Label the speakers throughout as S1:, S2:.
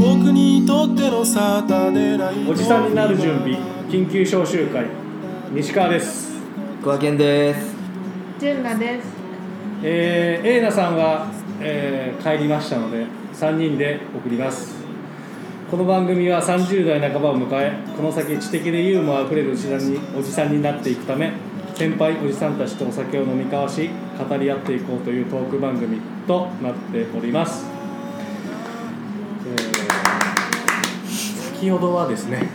S1: 僕にとってのサタデーライト
S2: おじさんになる準備緊急招集会西川です
S3: 小和健です
S4: 純奈です。
S2: えー、エイナさんは、えー帰りましたので3人で送りますこの番組は30代半ばを迎えこの先知的でユーモアあふれるおじさんにおじさんになっていくため先輩おじさんたちとお酒を飲み交わし語り合っていこうというトーク番組となっております、えー先ほどはですね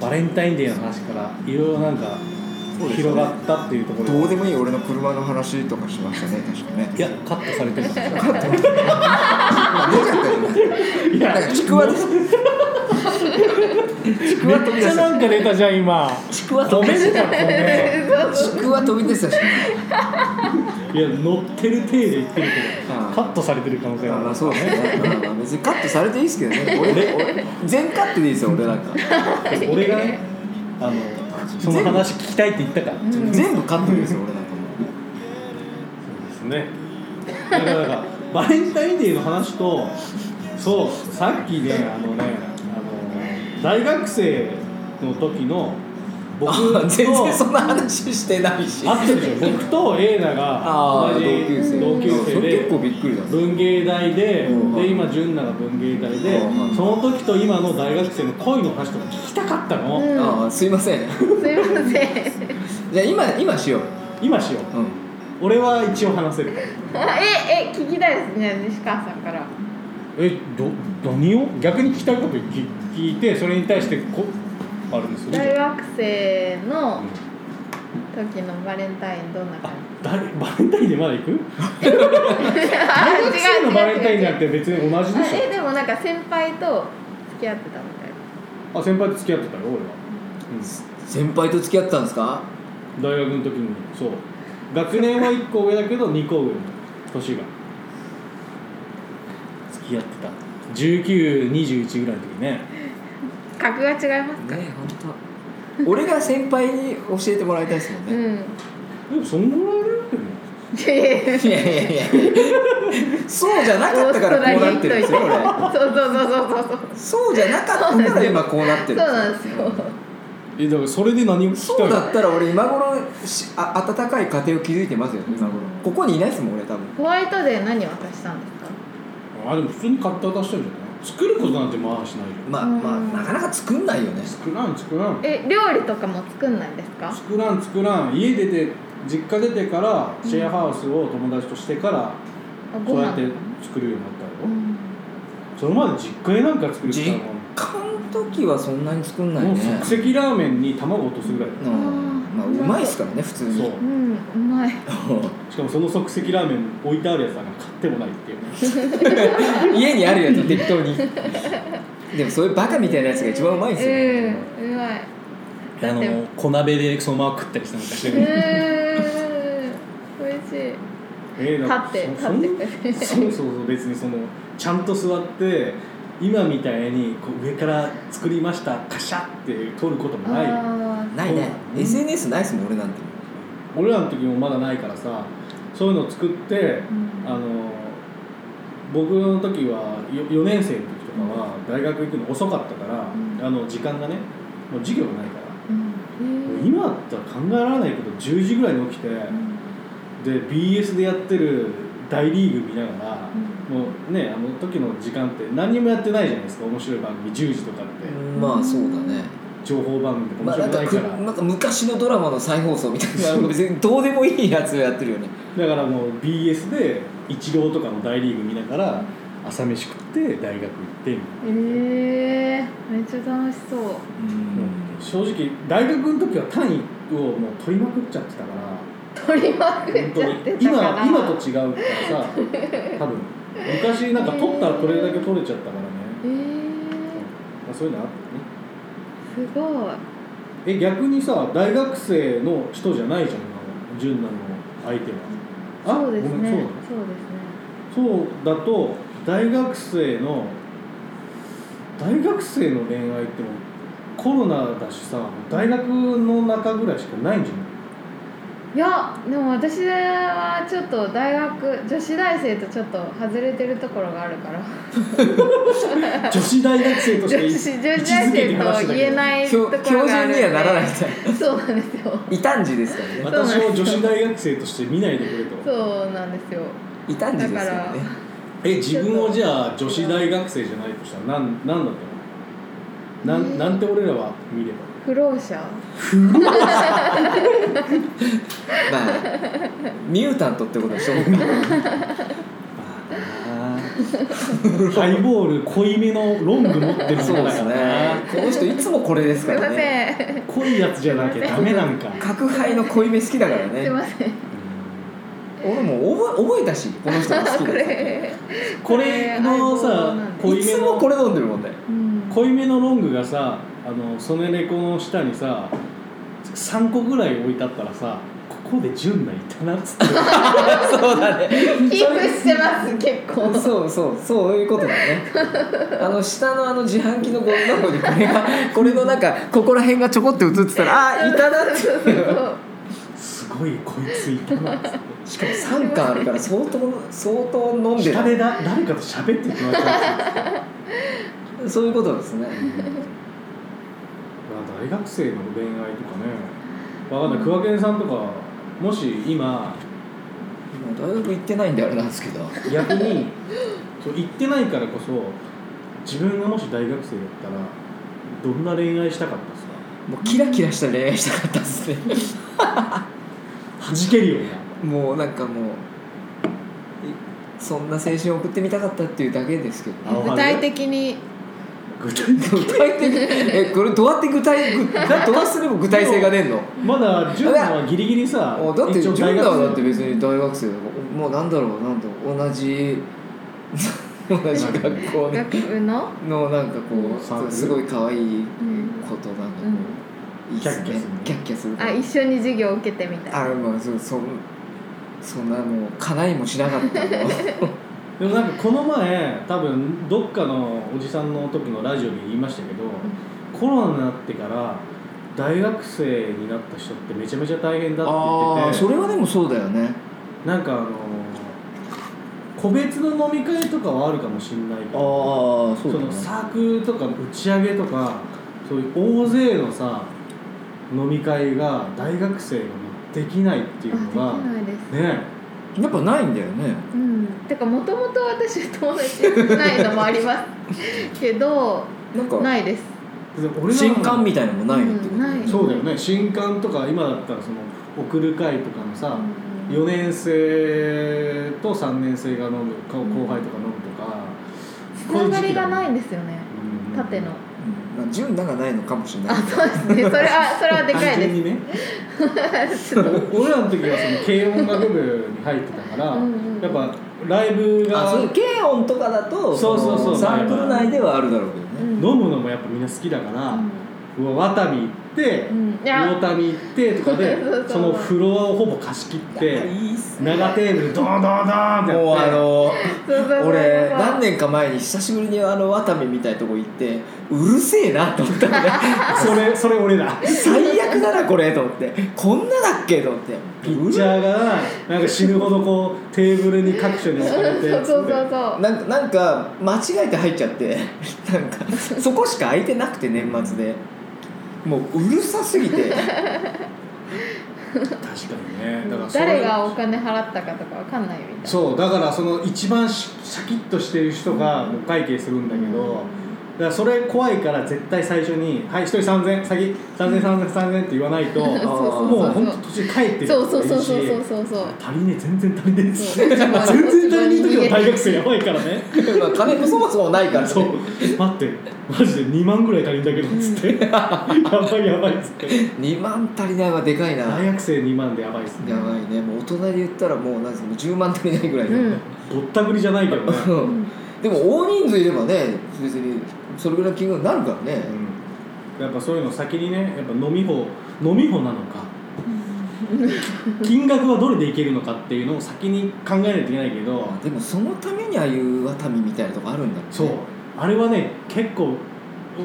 S2: バレンタインデーの話からいろいろなんか広がったっていうところ
S3: どうでもいい俺の車の話とかしましたね確かね
S2: いやカットされてるかもしれない
S3: あ出ちゃったよね
S2: いや
S3: なんかちくわですちく
S2: め
S3: わ
S2: っ
S3: 飛び
S2: ち
S3: 出
S2: ゃ
S3: し
S2: な
S3: た
S2: んか出たじゃん今
S3: ちくわ飛び
S2: 米
S3: 出
S2: 出
S3: した
S2: た米
S3: ちくわ飛び出したし
S2: いや乗ってる体で言ってるけ
S3: あ
S2: ど
S3: あ
S2: カットされてる可能性
S3: まあ
S2: があ
S3: まあ
S2: る
S3: そうですね、まあまあ、別にカットされていいですけど ね俺俺全カットでいいですよ俺なんか
S2: 俺がねあのその話聞きたいって言ったからそう
S3: 全部カットですよ俺なんか
S2: ですねだからなんかバレンタインデーの話とそうさっきねあのねあの大学生の時の僕
S3: あ
S2: と
S3: 全然そんな話してないし
S2: あったでしょ僕とエイナが
S3: あ
S2: 同
S3: ー
S2: じ
S3: 同級生
S2: 同級生
S3: それ
S2: で
S3: 結構びっくりだね
S2: 文芸大で、
S3: うん
S2: で今純奈が文芸大で、
S3: うん
S2: その時と今の大学生の恋の話とか聞きたかったの、
S4: うん
S3: ああすいません
S4: すいません。
S3: じゃあ今今しよう
S2: 今しよう
S3: うん
S2: 俺は一応話せる
S4: あええ聞きたいですね西川さんから。
S2: えど何を逆に聞きたいこと聞聞いてそれに対してこあるんですよ
S4: 大
S2: ね
S4: 学生の時のバレンタインどんな
S2: あ
S4: 感じ？
S2: 誰バレンタインでまだ行く
S4: 大
S2: 大学生のバレンタインなんて別に同じでし
S4: えでもなんか先輩と付き合ってたみたいな。
S2: ょあ先輩と付き合ってたよ俺は、
S3: 先輩と付き合ってたんですか
S2: 大学の時にそう学年は1個上だけど2個上の年が付き合ってた1921ぐらいの時ね
S4: 格が違います。
S3: ね本当。俺が先輩に教えてもらいたいですもん
S4: う
S3: ね、
S4: ん。
S2: でもそんぐらいだよね
S3: いやいやいやそうじゃなかったからこうなってるんですよ俺
S4: そうそうそうそうそうそう。
S3: そうじゃなかったから今こうなってる
S4: そう
S3: んですよ
S4: なんですよ。
S2: えだからそれで何を聞き
S3: そ
S2: た
S3: う
S2: い
S3: だ
S2: の
S3: ったら俺今頃しあ温かい家庭を築いてますよ今頃ここにいないですもん俺多分
S4: ホワイトデー何渡したんですか？
S2: あでも普通に買って渡したんじゃない作ることなんてまあしないよ
S3: まあ
S4: うん
S3: まあなかなか作んないよね
S2: 作らん作らん
S4: え料理とかも作んないんですか？
S2: 作らん作らん家出て実家出てからシェアハウスを友達としてから
S4: あご
S2: そうやっ
S4: 飯とか
S2: て。作るようになったよ、
S4: うん
S2: それまで実家へなんか作るってたもん
S3: 家の時はそんなに作んない
S2: も
S3: ね
S2: う即席ラーメンに卵落とすぐらいだよ
S3: うんまあうまいっすからね普通に
S2: そう
S4: うん、うまい。
S2: しかもその即席ラーメン置いてあるやつは買ってもないっていうね
S3: 家にあるやつ適当にでもそういうバカみたいなやつが一番うまいんですよ、
S4: うん、うまい。
S2: あの小鍋でそのまま食ったりしたのかし
S4: うーん、美味しい。
S2: え
S4: 立
S2: だから
S4: って、
S2: そ
S4: 立ってくれる。
S2: そんそうそうそう別にそのちゃんと座って今みたいにこう上から作りましたカシャって取ることもないよ
S4: あ
S3: ないね、
S2: うん
S3: SNS ないっすもん俺なんて
S2: 俺らの時もまだないからさそういうのを作って
S4: ーうん
S2: あの僕の時はよ4年生の時とかは大学行くの遅かったから、
S4: うん
S2: あの時間がねもう授業がないから、
S4: うん
S2: もう今だったら考えられないけど10時ぐらいに起きて、
S4: うん
S2: で BS でやってる大リーグ見ながら、もうねあの時の時間って何にもやってないじゃないですか面白い番組10時とかって、
S3: まあそうだね、
S2: 情報番組とか
S3: ま
S2: 面
S3: あ、
S2: 白くな
S3: なんか
S2: い
S3: く
S2: から、
S3: なんか昔のドラマの再放送みたいなの別に どうでもいいやつをやってるよね
S2: だからもう BS でイチローとかの大リーグ見ながら朝飯食って大学行ってみたいな。
S4: えー、めっちゃ楽しそう。
S3: うん
S2: 正直大学の時は単位をもう取りまくっちゃってたから
S4: 取りまくっ
S2: 本
S4: ちゃって
S2: 当に
S4: たから。
S2: 今今と違うからさ多分昔なんか取ったらこれだけ取れちゃったからね、
S4: えー、
S2: まあ、そういうのあった
S4: すごい。
S2: ねえ逆にさ大学生の人じゃないじゃん今純奈の相手はあ
S4: そうです
S2: ごめん
S4: ね。
S2: そ
S4: そう
S2: うなのそうだと大学生の大学生の恋愛ってもうコロナだしさ大学の中ぐらいしかないんじゃない
S4: いやでも私はちょっと大学女子大生とちょっと外れてるところがあるから
S2: 女子大学生と
S4: 女
S2: して
S4: 子
S2: い
S4: 女子大生と言え
S2: い
S4: ないとこ
S3: 標標
S4: ろがあ
S3: 準
S4: る
S3: に
S4: んで
S3: はならないみたい
S4: そうなんですよ
S3: な異端児ですからね
S2: 私を女子大学生として見ないでくれと
S4: そうなんですよ
S3: 異端児ですからね
S2: え自分をじゃあ女子大学生じゃないとしたら何なんだと思うなんなんて俺らは見れば
S4: 不老者
S3: まあミュータントってことでしょ
S2: ハイボール濃いめのロング持ってるん
S3: そう
S2: だ
S3: で
S2: か
S3: す
S2: ら
S3: ね
S2: な
S3: この人いつもこれです
S4: す
S3: か
S4: い
S3: ら
S4: ま
S3: ね
S4: せん
S2: 濃いやつじゃなきゃダメなんか
S3: 角杯の濃いめ好きだから
S4: すい
S3: ね
S4: ません
S3: 俺もう覚え覚えたしこの人が好き
S4: こ
S3: だから
S4: れ
S2: これのさ濃
S3: い
S2: いめ
S3: つも
S2: の
S3: これ飲んでるもんね
S4: うん
S2: 濃いめのロングがさあのソネレコの下にさ3個ぐらい置いてあったらさここで純なったなっつって
S3: そうだね
S4: キープしてます結構
S3: そうそうそういうことだねあの下のあの自販機のゴミ箱にこれがこれのなんかここら辺がちょこって映ってたらあーいたなって
S4: そうそうそう
S2: すごいこいついたなっつって
S3: しかも3巻あるから相当相当飲んで
S2: 下で
S3: る
S2: だ誰かと喋ってきましたまあ
S3: そういうことですね
S2: 大学生の恋愛とかねわかんない桑健さんとかもし今
S3: 今大学行ってないんであれなんですけど
S2: 逆にそう行ってないからこそ自分がもし大学生だったらどんな恋愛したかったですか
S3: もうキラキラした恋愛したかったですね
S2: はじけるような
S3: もうなんかもうえそんな青春を送ってみたかったっていうだけですけど
S2: 青
S4: 具
S2: 春
S4: 体的に
S2: 具体 的
S3: 具体的にえこれどうやって具体具どうすれば具体性が出んの
S2: まだ純奈はギリギリさ
S3: おだって
S2: 一応大
S3: 純奈
S2: 学
S3: は
S2: 生
S3: だって別に大学生だからおもうなんだろうなんだろう同じ 同じ学校で
S4: 学部の、
S3: のなんかこ
S2: サーク
S3: う
S2: ル
S3: すごい可愛い
S4: うん
S3: ことなんかこう、いいっ
S2: キャッキャする
S3: キャッキャする
S4: あ一緒に授業を受けてみたい
S3: あまあそうそんそんなもう 叶いもしなかったの
S2: でもなんかこの前多分どっかのおじさんの時のラジオで言いましたけど、コロナになってから大学生になった人ってめちゃめちゃ大変だって
S3: あ
S2: 言
S3: あ
S2: って
S3: そ
S2: て
S3: れはでもそうだよね
S2: なんかあの個別の飲み会とかはあるかもしれないけ
S3: ああ
S2: ど
S3: そう
S2: そ
S3: だね
S2: のサークルとか打ち上げとかそういう大勢のさ飲み会が大学生がもうできないっていうのが
S4: あできないです
S2: ね
S3: やっぱないんだよね
S4: うんてかもともと私友達ないのもありますけど
S3: なんか
S4: ないです
S2: で俺ら
S3: 新刊みたいなのもないってこと、
S4: うんない
S2: そうだよね新刊とか今だったらその送る会とかのさ、
S4: うん
S2: 4年生と3年生が飲むか後輩とか飲むとか、
S4: つながりがないんですよね
S2: うん
S4: 縦の
S3: うんまあ純奈がないのかもしれない
S4: あそうですねそれはそれはでかい
S2: 単純
S4: で
S2: にね
S4: すちょっと
S2: 俺らの時はその軽音楽部に入ってたから
S4: うんうん
S2: やっぱライブ
S3: あ
S2: が
S3: そう軽音とかだと
S2: そうそうそう
S3: のサークル内ではあるだろうけど
S4: う
S3: ね、
S4: ん
S2: 飲むのもやっぱみんな好きだから、
S4: うん
S2: うわワタミ行って
S4: うんいや
S2: 魚谷行ってとかで
S4: そうそうそう
S2: そのフロアをほぼ貸し切って
S3: いいっすね
S2: 長テーブルドンドンドンってやって
S3: もうあの
S4: そうそうそうそう
S3: 俺何年か前に久しぶりにあのワタミみたいなとこ行ってうるせえなと思った のね
S2: それそれ俺だ
S3: 最悪だなこれと思ってこんなだっけと思って
S2: ピッチャーがなんか死ぬほどこうテーブルに各所に置かれて
S4: そうそうそ
S2: つっ
S4: う
S2: て
S4: そう
S3: なんかなんか間違えて入っちゃってなんかそこしか空いてなくて年末でもううるさすぎ て
S2: 確かにねだからそれ
S4: 誰がお金払ったかとかわかんないみたい
S2: そうだからその一番しシャキッとしてる人がお会計するんだけど、だからそれ怖いから絶対最初に「はい一人3000先3000 3000 3000」って言わないと もう
S3: そう
S2: 本当途中帰ってる
S4: なそうそうそう
S2: 人
S4: そう
S2: がいるし
S4: そうそうそう
S2: 足りねえ全然足りねえっつって
S4: そう
S2: 全然足りねえ時の大学生やばいから ね
S3: まあ金もそもそもないから、ね、
S2: そう待ってマジで2万ぐらい足りんだけどっつ ってやばいやばいっつって
S3: 2万足りないはでかいな
S2: 大学生2万でやばいっすね
S3: やばいねもう大人で言ったらもうなんつうの10万足りないぐらいの、
S4: うん
S2: ぼったくりじゃないけどね、
S3: うんでも大人数いればね別にそれぐらいの金額になるからね
S2: う、んやっぱそういうの先にねやっぱ飲み法飲み法なのか金額はどれでいけるのかっていうのを先に考えないといけないけど
S3: あでもそのためにああいうワタミみたいなとこあるんだもんね
S2: そうあれはね結構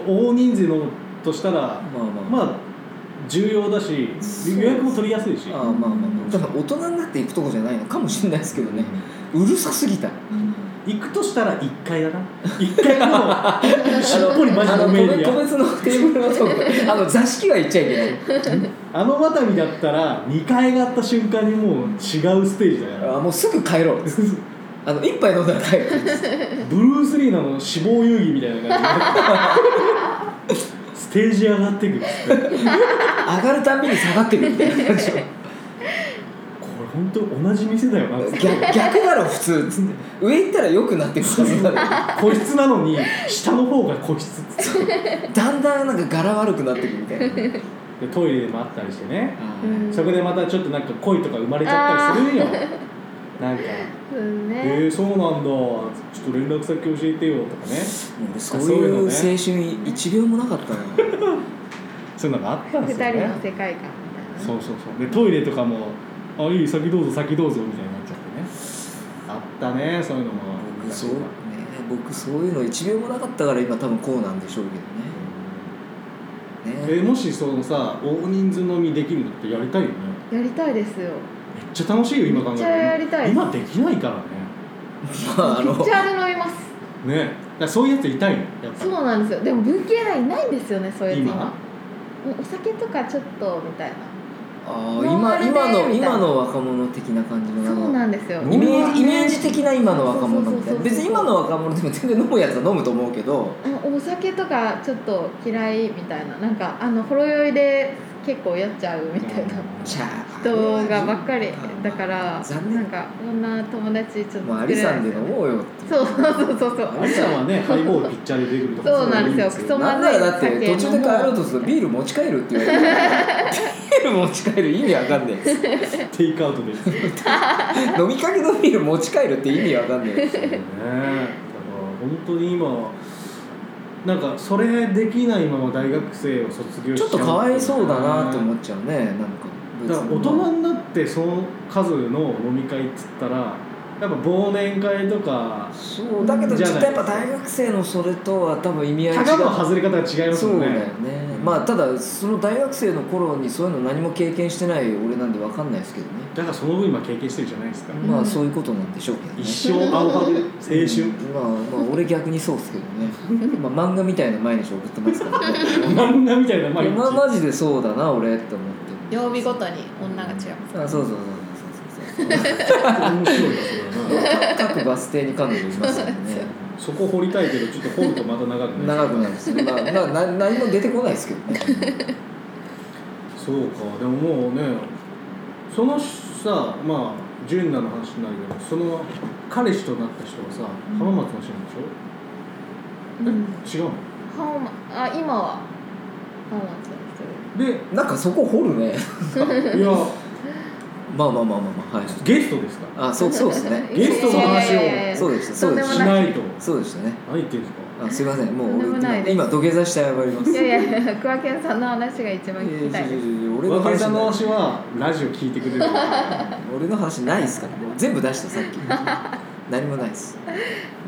S2: 大人数のとしたら
S3: まあまあ
S2: まあ重要だし
S3: そう
S2: 予約も取りやすいし
S3: ああまあまあまあだから大人になって行くとこじゃないのかもしれないですけどねうるさすぎた
S2: 行くとしたら1階だな1階のしっぽりマジ
S3: あ
S2: の
S3: の個
S2: メデ
S3: 別
S2: ィ
S3: 個
S2: ア
S3: 別のテーブルのとこあの座敷は行っちゃいけない
S2: あのワタミだったら2階があった瞬間にもう違うステージだから
S3: あもうすぐ帰ろ うあの一杯飲んだら帰る
S2: ブルース・リーのあの死亡遊戯みたいな感じでステージ上がってくるっつって
S3: 上がるたんびに下がってくるみたいな感じでしょ
S2: これ本当同じ店だよなっつって
S3: 逆逆だろ普通つって上行ったら良くなってくるはず だろ
S2: 個室なのに下の方が個室っつって
S3: だんだんなんか柄悪くなってくるみたいな、
S2: でトイレでもあったりしてね
S4: うん
S2: そこでまたちょっとなんか恋とか生まれちゃったりするよなんか
S4: そう
S2: 「
S4: ね
S2: えー、そうなんだちょっと連絡先教えてよ」とかね
S3: もうそう
S2: そうい
S3: いう
S2: の
S3: う青
S2: ね
S3: 春1秒もなかったな
S2: そういうのがあったん
S4: 二
S2: ですよ
S4: 人
S2: ね
S4: の世界観みたいな
S2: そうそうそうでトイレとかも「あいい先どうぞ先どうぞ」みたいになっちゃってねあったねそういうのも
S3: 僕そうね僕そういうの1秒もなかったから今多分こうなんでしょうけどねね
S2: えもしそのさ大人数飲みできるのってやりたいよね
S4: やりたいです
S2: め
S4: よ
S2: っちゃ楽しいよ今考え
S4: め
S2: る
S4: っち
S2: と
S4: ゃやりたい
S2: 今できないから
S3: まああ
S4: めっ
S3: の
S4: ちゃあれ飲みます
S2: ねねだからそういうやついたいのやっぱ
S4: そう
S2: り
S4: なんですよでも文系がいないんですよねそういうやつ
S2: 今
S4: 今もうお酒とかちょっとみたいな
S3: あー
S4: ノー
S3: 今
S4: マルで
S3: 今の
S4: みたいな
S3: 今の若者的な感じの
S4: そうなんですよ
S2: 飲み
S3: イメ
S2: ノーマ
S3: ー
S2: ル
S3: ジ
S2: ね
S3: イメージ的な今の若者みたい
S4: そうそうそうそ
S3: な
S4: う
S3: 別に今の若者でも全然飲むやつは飲むと思うけど
S4: あのお酒とかちょっと嫌いみたいななんかあのほろ酔いで結構酔っちゃうみたいな
S3: じゃあ
S4: 人がばっかりだから
S3: 残念
S4: なんか女友達ちょっ
S3: もうア
S4: と作
S3: リ
S4: れ
S3: さ
S4: ない
S3: んで飲もうよって
S4: そうそうそうそうそう
S2: ありさんはねハイボールピッチャーで出てくるとか
S4: そうなんですよ
S2: そういうのいい
S4: クソ
S3: な
S4: ま
S3: ん
S4: ず
S3: ないらだって
S4: 酒
S3: 途中で帰ろうとするとビール持ち帰るって言われてビール持ち帰る意味わかんないです
S2: テイクアウトでそうね
S3: 飲みかけのビール持ち帰るって意味わかんないです
S2: だから本当に今なんかそれできないまま大学生を卒業し
S3: ちょっとかわいそうだなと思
S2: っ
S3: っちゃうねなんか
S2: だから大人になってその数の飲み会っつったらやっぱ忘年会とか
S3: そうだけどちょっとやっぱ大学生のそれとは多分意味合い違う
S2: たかの外れ方が違います
S3: そ
S2: も
S3: うんだよ
S2: ね
S3: ねまあただその大学生の頃にそういうの何も経験してない俺なんでわかんないですけどね
S2: だからその分今経験してるじゃないですか、
S4: うん
S3: まあそういうことなんでしょうけどね
S2: 一生青春青春、
S3: うんまあまあ俺逆にそうっすけど ねまあ漫画みたいな毎日送ってますからね
S2: 漫画みたいな毎日、
S3: まあマジでそうだな俺って思ってる
S4: 曜日ごとに女が違う
S3: あそうそうそうそうそうそうそう
S2: 面白いなそれはな
S3: 各バス停に彼女います よね
S2: そこ掘りたいけどちょっと掘るとまた長くな
S3: 長
S2: る
S3: くなるんですよ、まあ、まあな何も出てこないですけど ね
S2: そうかでももうねそのさまあ純奈の話になるけどその彼氏となった人がさ浜松の人なんで
S4: うん
S2: しょ、
S4: 浜松あ今は浜松です
S2: え違うの
S3: なんかそこ掘るね
S2: でいや
S3: まあまあまあまあまあはい
S2: ゲストですか
S3: あそうそうですね
S2: ゲストの話を
S4: いやいやいやいや
S3: そうでしたそうで
S2: ら
S3: し
S2: した
S4: とんでも
S2: ないと
S3: そうでしたね
S2: 何言ってんですか
S3: あすいませんも
S4: とんで
S3: う
S4: もない
S3: 今
S4: です
S3: 今土下座して謝ります
S4: いやいやいや桑健さんの話が一番聞きたい
S3: いやいや
S4: です
S3: いやいや俺の
S2: 若井
S3: 話
S2: さんの
S3: ない
S2: 話はラジオ聞いてくれる
S3: 俺の話ないですからもう全部出したさっき何もないです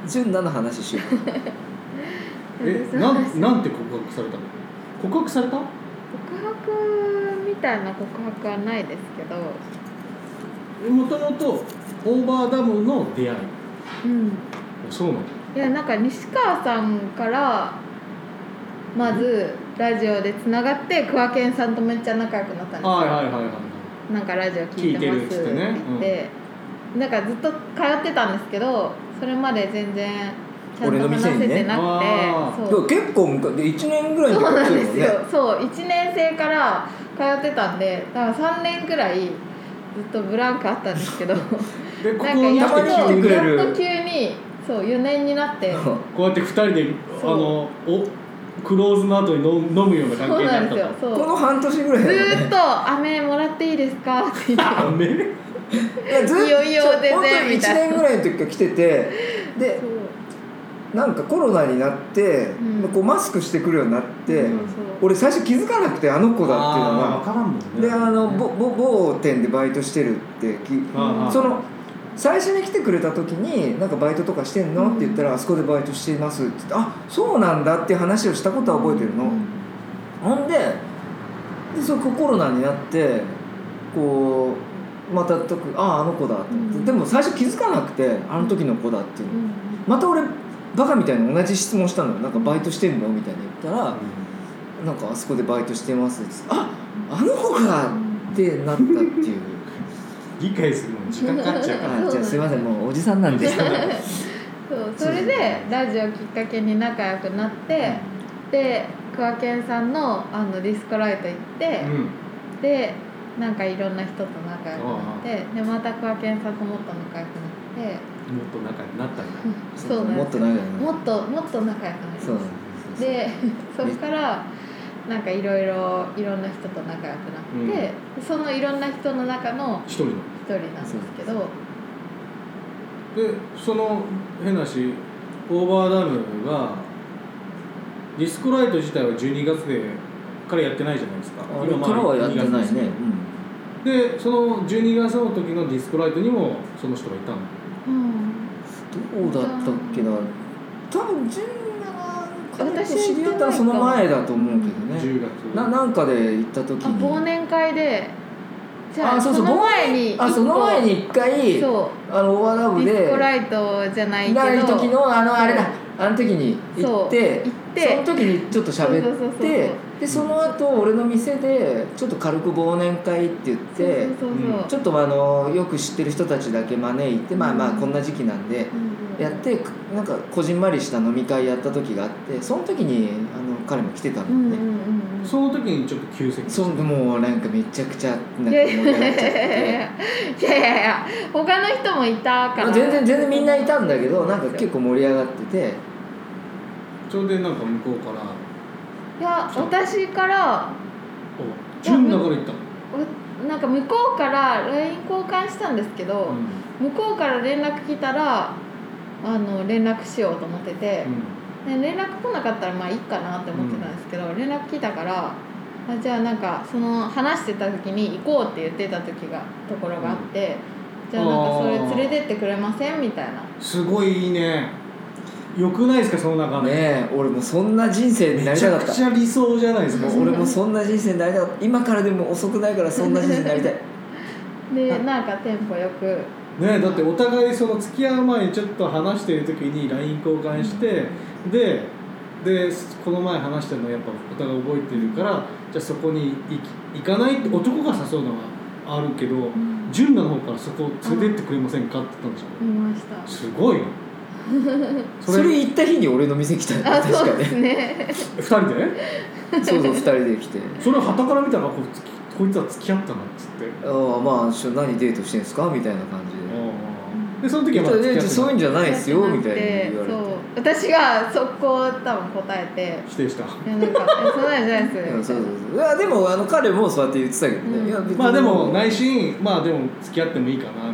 S3: 純奈の話しよう
S2: え
S4: そう
S2: な
S4: なん
S2: んなんて告白されたの告白された
S4: 告白みたいな告白はないですけど
S2: もともとオーバーダムの出会い
S4: うん
S2: そうなの
S4: いやなんか西川さんからまずラジオでつながって桑健さんとめっちゃ仲良くなったんですよ、
S2: はいはいはいはい
S4: なんかラジオ聞いてます
S2: 聞いてるっつってねうん
S4: でなんかずっと通ってたんですけどそれまで全然ちゃん
S3: 俺
S4: と
S3: の
S4: 話
S3: 店
S4: せ
S3: にね
S4: てなくて、
S2: あー
S4: そう
S3: でも結構昔1年ぐらい
S4: そ
S3: に
S4: う
S3: か
S4: なん
S3: かってる
S4: で
S3: も
S4: す
S3: んね
S4: よ。そう1年生から通ってたんで、だから3年くらいずっとブランクあったんですけど、なんか
S2: でここに
S4: や
S2: 来
S4: っ
S2: て
S4: と
S2: 聞いてくれ
S4: やっ
S2: る
S4: と急にそう4年になって、
S2: こうやって二人であ
S4: そう
S2: のおクローズの後に飲む飲むような
S4: そ
S2: 関係
S4: う
S2: に
S4: な
S2: なんっ
S4: で
S2: た
S4: すよ
S2: と。
S4: そ
S3: こ
S4: う
S3: の半年ぐらい
S4: ず
S3: だよ
S4: ーっ
S3: ね
S4: と飴もらっていいですかって言って。
S2: ダメ
S3: いやずっと
S4: いいよいいよ全然
S3: 本当に
S4: みた
S3: 1
S4: いな
S3: 年ぐらいの時から来ててで
S4: そう
S3: なんかコロナになって、
S4: ん
S3: まあこうマスクしてくるようになって、
S4: そうそう
S3: 俺最初気づかなくてあの子だっていうの
S2: あーわ
S3: が
S2: からんもんね
S3: であのぼぼ某店でバイトしてるってき
S2: あー
S3: その最初に来てくれた時に「なんかバイトとかしてんの?」って言ったら「あそこでバイトしています」って言って「あそうなんだ」っていう話をしたことは覚えてるの、
S4: うん
S3: そうコロナになってこうまたとくあああの子だと思って、
S4: うん
S3: でも最初気づかなくてあの時の子だっていうの、また俺バカみたいに同じ質問したのよなんかバイトしてんのみたいに言ったら「なんかあそこでバイトしてます」って言ってああの子が!」ってなったっていう
S2: 理解するのに時間かかっちゃうから
S3: あじゃあすいませんもうおじさん なんで
S4: そうそれでラジオきっかけに仲良くなってで桑健さんのあのディスコライト行って、
S2: うん
S4: でなんかいろんな人と仲良くなってでまた桑健さんともっと仲良くなって
S2: もっと仲になったんだ
S4: そうなん
S3: も
S4: で
S3: っと
S4: すよ
S3: 長いよ
S4: もっともっと仲良くなり
S3: そう
S4: ましたでそっからなんかいろいろいろんな人と仲良くなって、
S2: うん
S4: でそのいろんな人の中の
S2: 一人の
S4: 一人なんですけど
S2: でその変な話オーバーダムがディスコライト自体は12月でからやってないじゃないですか
S3: あれからはやってな
S2: 12月
S3: いね、
S2: ですけどでその12月の時のディスコライトにもその人がいたの
S4: うん
S3: うん、どうだったっけな多分17
S4: 私
S3: 知り合ったらその前だと思うけどね、
S2: 10月
S3: ななんかで行った時
S4: あ忘
S3: に
S4: 年会でじゃあ
S3: あそうそう
S4: の前に
S3: あその前に一回
S4: そ
S3: あのオーバーダ
S4: う
S3: ブ
S4: ディスコ
S3: で
S4: ライトじゃないけど
S3: ない時のあのあれだ
S4: そう
S3: あの時に行って
S4: そう行って
S3: その時にちょっと
S4: そうそう
S3: 喋
S4: そ
S3: っ
S4: うそう
S3: てでその後俺の店でちょっと軽く忘年会って言って
S4: そうそうそう
S2: うん
S3: ちょっとあのよく知ってる人たちだけ招いてまあまあ
S4: うん
S3: こんな時期なんで
S4: うん
S3: やってなんかこじんまりした飲み会やった時があってその時にあの彼も来てた
S4: うんん
S3: だ
S4: うん
S3: よ
S4: う
S3: ね、
S4: んうん
S2: その時にちょっと急席
S3: そんでもうなんかめちゃくちゃなんか盛
S4: い
S3: り
S4: やい
S3: 上がっちゃっ
S4: や い
S3: て
S4: や。いやいや他の人もいたから
S3: あ全然全然みんないたんだけどなんか結構盛り上がってて
S2: ちょうどなんか向こうから
S4: いや私から
S2: お純だから行ったの
S4: うなんか向こうから LINE 交換したんですけど、
S2: うん
S4: 向こうから連絡来たらあの連絡しようと思ってて、で連絡来なかったらまあいいかなって思ってたんですけど、連絡来たからあじゃあなんかその話してた時に行こうって言ってた時がところがあって、じゃあなんかそれ連れてってくれませんみたいな
S2: うんすごいいいねよくないですかその中め
S3: ねえ俺もそんな人生になり
S2: ち
S3: たか
S2: ゃ
S3: っ
S2: く
S3: た
S2: ちゃ理想じゃないですか
S3: もう俺もそんな人生になりたかった今からでも遅くないからそんな人生になりたい
S4: でなんかテンポよく
S2: ねだってお互いその付き合う前にちょっと話してる時に LINE 交換して、ででこの前話したのやっぱお互い覚えてるからじゃあそこに行き行かないって男が誘うのはあるけど
S4: ん
S2: 純奈の方からそこ連れてってくれませんかって言ったんでし
S4: 見ました
S2: ょすごい よそ
S3: そ
S2: れ
S3: れ行った日に俺の店来たよ
S4: あ
S3: 確
S4: そ
S3: か
S4: うですね
S2: 2人で
S3: にそうそう2人で来て
S2: それをはたから見たらこいつこいつは付き合ったなっつって
S3: 「ああまあしょ何デートしてんすか?」みたいな感じ
S2: ああでその時
S3: で「
S2: はま
S3: い
S2: だ
S3: や
S2: 付き合
S3: デート
S2: って
S3: そうい
S2: な
S3: う
S2: い
S3: んじゃ ないですよ」みたいに言われ
S4: そ
S3: て
S4: う私が速攻多分答えて
S2: 否定した
S4: いやなんかえそんなんじゃない
S3: いや
S4: です
S3: そうそうそういやでもあの彼もそうやって言ってたけどね、
S4: うん
S3: いや別に
S2: まあでも内心まあでも付き合ってもいいかなみたいな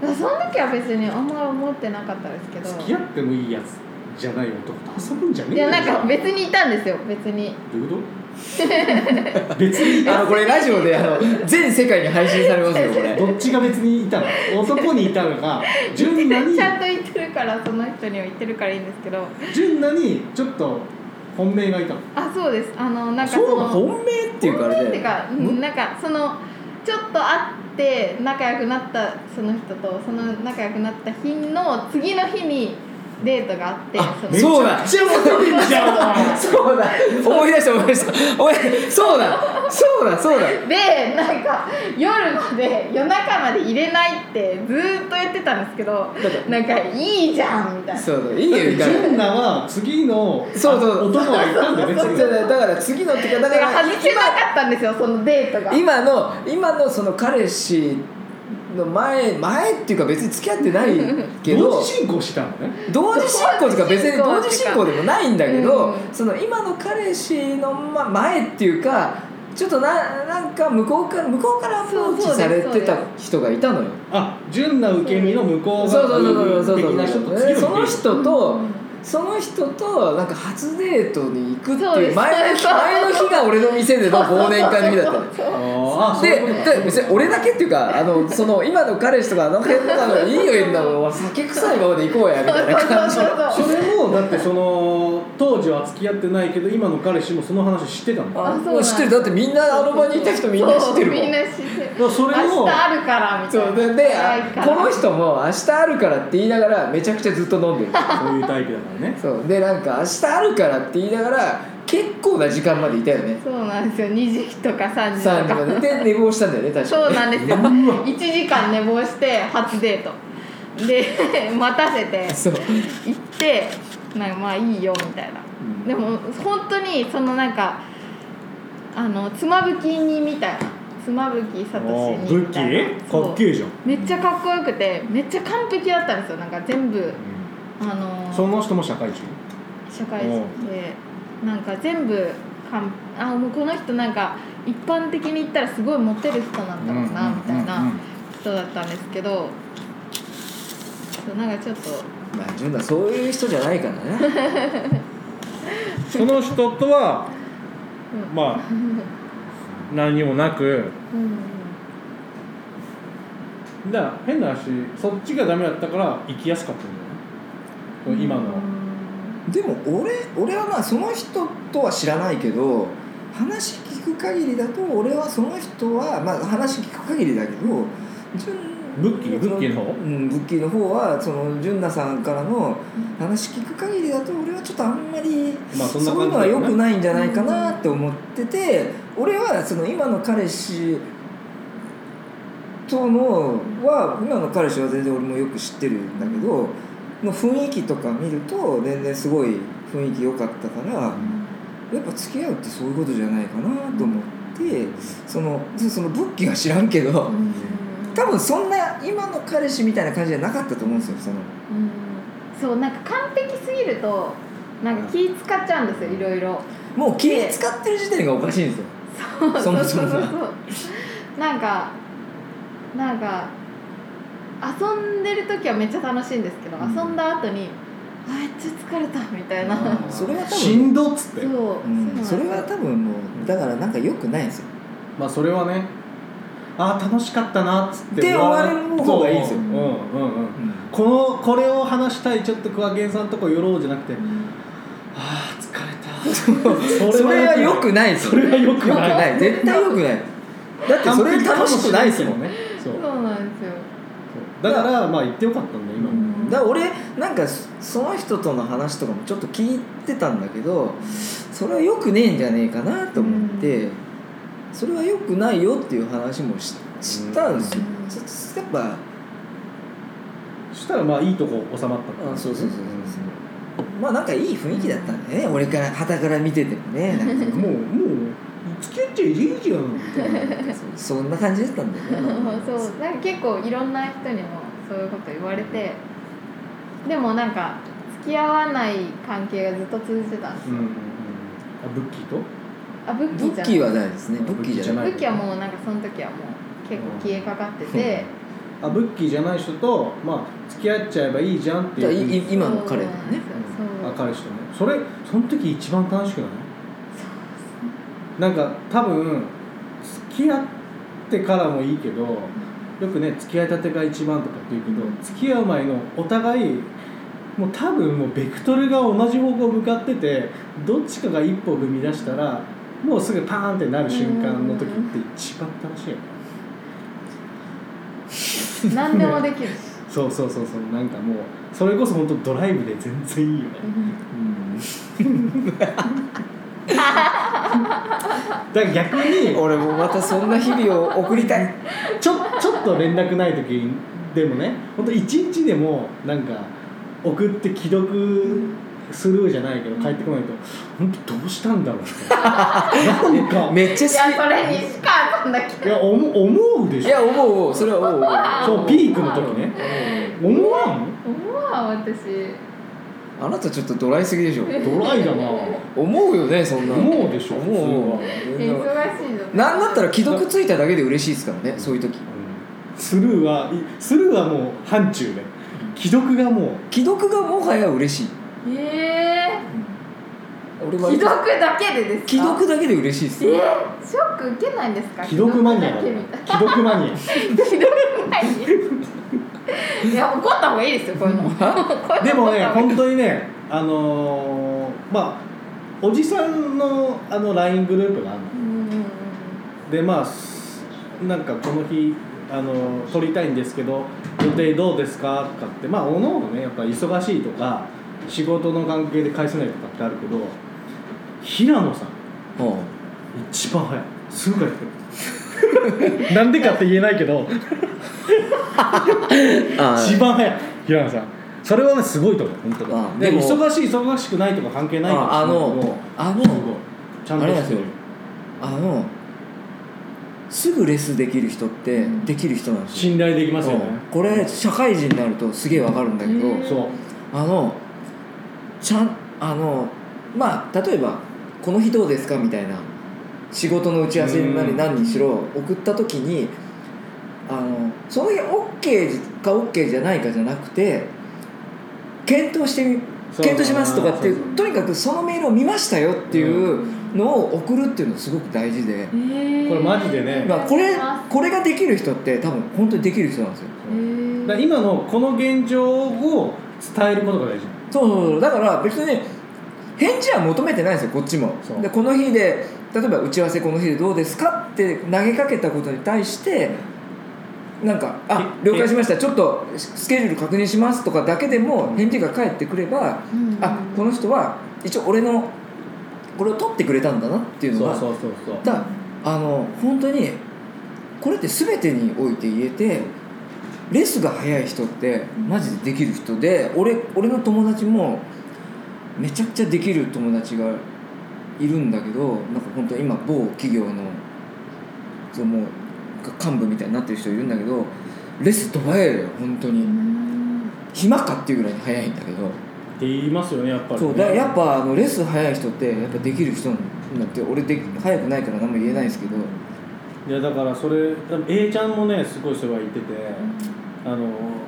S4: そその時は別にあんま思ってなかったですけど
S2: 付き合ってもいいやつじゃない男と遊ぶんじゃね
S4: い
S2: え
S4: や
S2: よ
S4: なんか別にいたんですよ別に
S2: どういうこと 別に
S3: あのこれラジオであの全世界に配信されます よこれ
S2: どっちが別にいたの男にいたのか純
S4: ちゃ
S2: 奈に
S4: んと言ってるからその人には言ってるからいいんですけど
S2: 純奈にちょっと本命がいたの
S4: あそうですあのなんか
S3: そう
S4: の
S3: 本命っていうかあれだ
S4: 本当
S3: よ
S4: っていうか、うん、なんかそのちょっと会って仲良くなったその人とその仲良くなった日の次の日にデートがあって
S3: あ
S4: そ
S3: め
S4: の
S3: そうだ
S2: めっちゃモテてんじゃん
S3: そうだ思い出した思い出したおいそうだそうだそうだ
S4: でなんか夜まで夜中まで入れないってずーっと言ってたんですけどなんかいいじゃんみたいな
S3: そうだいいよ
S2: 純
S3: ゆかり
S2: 奈は次の
S3: そうそう
S2: 男がいたんだよね
S3: そう
S2: 次
S3: だ
S2: の
S3: だから次のってかだ
S4: だ
S3: か
S4: から
S3: ら
S4: 外せなかったんですよそのデートが
S3: 今の今のその彼氏の前前っていうか別に付き合ってないけど
S2: 同時進行したのね
S3: 同時進行とか別に同時進行でもないんだけど、
S4: うん
S3: その今の彼氏のま前っていうかちょっとななんか向こうから向こうからアプローチされてた人がいたのよ
S2: あ純奈受け身の向こ
S3: そう
S2: う側
S3: そうそうそう
S2: 的
S3: そう
S2: な人と次の人
S3: その人
S4: う
S3: と
S4: ん
S3: その人となんか初デートに行くって
S4: そ
S3: い
S4: うで
S3: う
S4: す
S3: 前の日
S4: そう
S3: 前の日が俺の店での忘年会の日だったの
S4: そう
S2: あああ
S3: で
S2: そういうことか
S3: で別に俺だけっていうかあのその今の彼氏とかあの辺とかのいいよいいんだ もん酒臭いままで行こうやみたいな感じ
S4: そうそうそう
S2: それもだってその当時は付き合ってないけど今の彼氏もその話知ってたのだか
S4: あそうなんだ
S3: もう知ってるだってみんなあの場にいた人みんな知ってるも
S4: そうみん
S3: ん
S4: な知ってる
S2: らそれ
S4: 明
S2: も
S4: 日あるからみたいな
S3: そうでで
S4: 早い
S3: あ
S4: から
S3: この人も明日あるからって言いながらめちゃくちゃずっと飲んでる
S2: そういうタイプだからね
S3: そうでなんか明日あるからって言いながら結構な時間までいたよね
S4: そうなんですよ2時とか3時と
S3: 3時
S4: か
S3: までで寝坊したんだよね確かに
S4: そうなんですよ1時間寝坊して初デートで 待たせて
S3: そう
S4: 行ってなんかまあいいよみたいな、
S3: ん
S4: でも本当にそのなんかあの妻夫木にみたいな妻夫木聡
S2: お
S4: に
S2: 武
S4: み
S2: 器
S4: たいな
S2: かっけ
S4: い
S2: えじゃん、
S4: めっちゃかっこよくてめっちゃ完璧だったんですよなんか全部あの
S2: その人も社会人
S4: 社会人でなんか全部かんあもうこの人なんか一般的に言ったらすごいモテる人なんだろうなみたいな人だったんですけどそうなんかちょっと
S3: まあ純奈そういう人じゃないからね
S2: その人とは
S4: うん
S2: まあ 何にもなく
S4: うんうん
S2: だから変な話そっちがダメだったから生きやすかったんじゃない今の、
S4: うん
S3: でも俺俺はまあその人とは知らないけど話聞く限りだと俺はその人はまあ話聞く限りだけど純
S2: ブッキーブッキーの方
S3: うん、ブッキーの方はその純奈さんからの話聞く限りだと俺はちょっとあんまり
S2: まあそんな
S3: そ
S2: 感じ
S3: ういうのは
S2: だよ
S3: 良く
S2: ね
S3: ないんじゃないかなって思ってて俺はその今の彼氏とのは今の彼氏は全然俺もよく知ってるんだけどの雰囲気とか見ると全然すごい雰囲気良かったからやっぱ付き合うってそういうことじゃないかなと思ってそのそのブッキーは知らんけど
S4: うん
S3: 多分そんな今の彼氏みたいな感じじゃなかったと思うんですよその。
S4: うんそうなんか完璧すぎるとなんか気使っちゃうんですよいろいろ
S3: もう気使ってる時点がおかしいんですよ。 そもそも
S4: うううなんかなんか遊んでる時はめっちゃ楽しいんですけど、
S3: うん
S4: 遊んだ後に「あめっちゃ疲れた」みたいな、
S2: あー
S3: それは多分
S2: しんどっつって
S4: そう、そうなん
S3: う
S4: で
S3: ん、
S4: す
S3: そ
S4: よ
S3: れは多分もうだからなんか良くないんですよ。
S2: まあそれはねあー楽しかったなっつって
S3: で終わる方がいいです
S2: そ
S3: よ
S2: ううんうんうんこのこれを話したいちょっと桑源さんとこ寄ろうじゃなくてあー疲れた
S3: それは良くないですよ。
S2: それは良
S3: 良
S2: く
S3: く
S2: ない
S3: ない。絶対良くない。だってそれ楽しくないですもんね。
S2: ねそう
S4: そうなんですよ
S2: だからまあ言ってよかったんだよ今も
S3: だから俺なんかそその人との話とかもちょっと聞いてたんだけどそれは良くねえんじゃねえかなと思って、それは良くないよっていう話もししたんですよ。
S4: うん
S3: ちょっとやっぱ
S2: そしたらまあいいとこ収まったって
S3: あそうそうそうそうまあなんかいい雰囲気だったんだよね俺から傍から見ててもねなんか
S2: もうもう付き合っちゃいいじゃんみたいな
S3: そんな感じだったんだよね
S4: そうなんか結構いろんな人にもそういうこと言われてでもなんか付き合わない関係がずっと続いてたんです
S2: うんうんうんあブッキーと
S4: あブッキ
S3: ブ
S4: ーじ
S3: ッ
S4: ゃ
S3: キー
S4: ん
S3: はないですねブッキーじゃない
S4: ブッキーはもうなんかその時はもう結構消えかかってて、
S2: あブッキーじゃない人とまあ付き合っちゃえばいいじゃんって
S3: じゃあい
S2: いう
S3: い今の彼だよね
S4: そう
S2: あ彼氏とねそれその時一番楽しくないなんか多分付き合ってからもいいけどよくね付き合いたてが一番とかって言うけど付き合う前のお互いもう多分もうベクトルが同じ方向向かっててどっちかが一歩踏み出したらもうすぐパーンってなる瞬間の時って一番楽しいよね
S4: そう何でもできるし、
S2: そうそうそうそうなんかもうそれこそ本当ドライブで全然いいよねだから逆
S3: う
S2: に
S3: ん俺もまたそんな日々を送りたい
S2: ちょちょっと連絡ない時でもね本当一日でもなんか送って既読スルーじゃないけど帰ってこないと本当どうしたんだろ うってなんか
S3: めっちゃ
S4: いやそ
S3: 好
S4: れ西川さんだ
S2: い
S4: けど
S2: やおも思うで
S3: きい
S2: しょ
S3: や思う思うそれは思う思う
S2: そうピークの時ね思わん
S4: 思わ私
S3: あなたちょっとドライすぎでしょ
S2: ドライだな
S3: 思うよねそんな
S2: 思うでしょ
S3: 思う思う
S2: 普
S4: 忙しいの
S3: なんだったら既読ついただけで嬉しいですからねそういう時
S2: スルーはいスルーはもう範疇で既読がもう
S3: 既読がもはや嬉しい
S4: ええ
S3: 俺は
S4: 既読だけでですか
S3: 既読だけで嬉しいです
S4: え
S3: よ
S4: ー、ショック受けないんですか
S2: 既読マニアだ
S4: 既
S2: ね
S4: 読
S2: 既
S4: だ
S2: 読マニア
S4: けみたい既読マニア いや怒った方がいいですよこうい うのこういうの怒った方が
S2: でもね本当にねあのーまあおじさんのあの LINE グループがある
S4: うんうんうん
S2: のでまあすなんかこの日あのー撮りたいんですけど予定どうですかとかってまあおのおのねやっぱ忙しいとか仕事の関係で返せないとかってあるけど平野さん
S3: は
S2: 一番早いすぐ帰って くるなんでかって言えないけど
S3: ああ
S2: 一番早い平野さんそれはねすごいと思う本当
S3: ああ
S2: にで
S3: でも
S2: 忙しい忙しくないとか関係ないかもしれ
S3: ああ
S2: ないけど
S3: のあの
S2: すごいちゃん
S3: あ
S2: と
S3: れなん
S2: して
S3: です
S2: る
S3: よあのすぐレスできる人ってできる人なんですよ
S2: 信頼できますよね
S3: うんこれ社会人になるとすげえわかるんだけど、
S4: うん
S2: そう
S3: あのちゃんあのまあ例えば「この日どうですか?」みたいな仕事の打ち合わせな
S2: う
S3: り
S2: ん
S3: 何にしろ送った時にあのその日 OK か OK じゃないかじゃなくて検討してみ
S2: そう
S3: 検討しますとかっていう
S2: そうそう
S3: とにかくそのメールを見ましたよっていうのを送るっていうのすごく大事で、
S4: えー
S2: これマジでね
S3: まあ、これ
S4: えー
S3: これができる人って多分本当にできる人なんですよ。
S2: だから今のこの現状を伝えることが大事
S3: そうそうそうだから別にね返事は求めてないんですよこっちも
S2: そう
S3: でこの日で例えば打ち合わせこの日でどうですかって投げかけたことに対してなんか「あ
S2: え
S3: 了解しましたちょっとスケジュール確認します」とかだけでも返事が返ってくれば
S4: うん
S3: あこの人は一応俺のこれを取ってくれたんだなっていうの
S2: そ
S3: が
S2: うそうそうそう
S3: だあの本当にこれって全てにおいて言えてレスが速い人ってマジでできる人で俺俺の友達もめちゃくちゃできる友達がいるんだけどなんか本当今某企業のそうもう幹部みたいになってる人いるんだけどレスドバイよ本当
S4: う
S3: に
S4: ん
S3: 暇かっていうぐらいに速いんだけど。
S2: って言いますよねやっぱりね
S3: そうだからやっぱあのレス早い人ってやっぱできる人なんて俺で早くないから何も言えないですけど
S2: いやだからそれ多分 A ちゃんもねすごいそれは言っててあの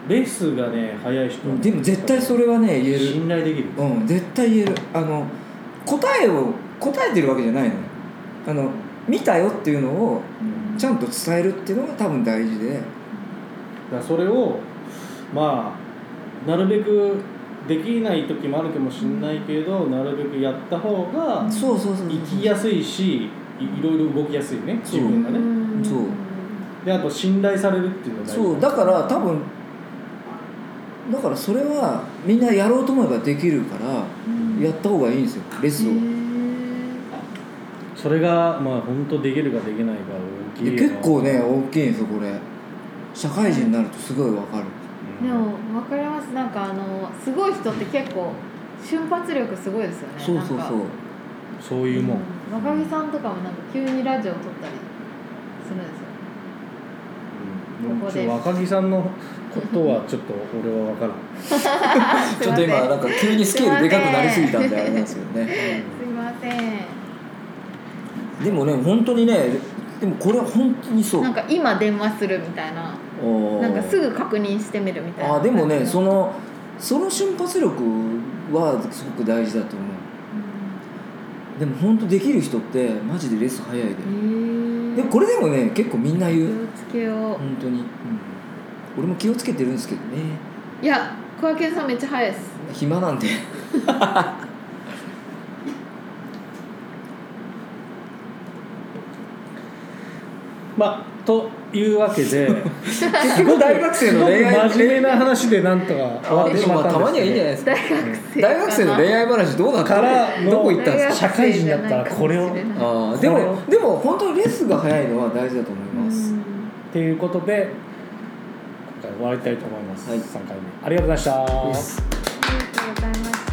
S2: レースがね早い人はね
S3: でも絶対それはね言える
S2: 信頼できる
S3: うん絶対言えるあの答えを答えてるわけじゃないのあの見たよっていうのをちゃんと伝えるっていうのが多分大事で
S2: だからそれをまあなるべくできない時もあるかもしれないけどなるべくやった方が
S3: そうそうそう
S2: 生きやすいしいいろいろ動きやすいね
S3: そう
S2: 自分が
S4: う
S2: ね
S4: ん
S3: そう
S2: であと信頼されるっていうのが大事
S3: そうだから多分だからそれはみんなやろうと思えばできるから
S4: うん
S3: やった方がいいんですよレスを
S4: へ。ー
S2: それがまあ本当できるかできないか大きい
S3: いや
S2: よ
S3: 結構ね大きいんですよこれ社会人になるとすごいわかる
S2: うん
S4: でも分かりますなんかあのすごい人って結構瞬発力すごいですよね
S3: そうそう
S4: なん
S3: そ
S4: か
S3: う
S2: そういうもん
S4: ん若木さんとかもなんか急にラジオ撮ったりするんですよ
S2: うん
S4: ここ
S2: ちょ
S4: で
S2: っと若木さんのことはちょっと俺は分からん
S4: すいません
S3: んか急に
S4: スケールでかくなりすぎたんであれなんです
S3: よね
S4: すいません
S3: でもね本当にねでもこれは本当にそう
S4: なんか今電話するみたいな
S3: おー
S4: なんかすぐ確認してみるみたいな
S3: あでもねそ
S4: の
S3: のその瞬発力はすごく大事だと思うでも本当できる人ってマジでレース早いで
S4: えー、
S3: でもこれでもね結構みんな言
S4: 気
S3: う
S4: をつけよ
S3: 本当に、うん俺も気をつけてるんですけどね
S4: ういや小涌園さんめっちゃ早いです
S3: 暇なんで
S2: まあというわ けで
S3: 結局 大学生の恋愛
S2: すごく真面目な話でなんとか終わ
S3: あ
S2: って
S3: で
S2: し
S3: も
S2: ま
S3: ま
S2: った
S3: あたま
S2: ん
S3: にはいいんじゃない
S2: で
S3: ですす
S4: 大
S3: か
S4: 学生
S3: 大学生の恋
S4: 愛
S3: 愛話どうなっ
S2: か
S3: た
S2: ら
S3: のどこ行ったんですか
S2: 社会人になったらこれを
S3: あーで
S2: これを
S3: もでも本当にレスが早いのは大事だと思いま
S2: け
S3: す、
S2: どということで今回終わりたいと思います、
S3: はい
S2: 3回目ありがとうございました
S3: です
S4: ありがとうございました。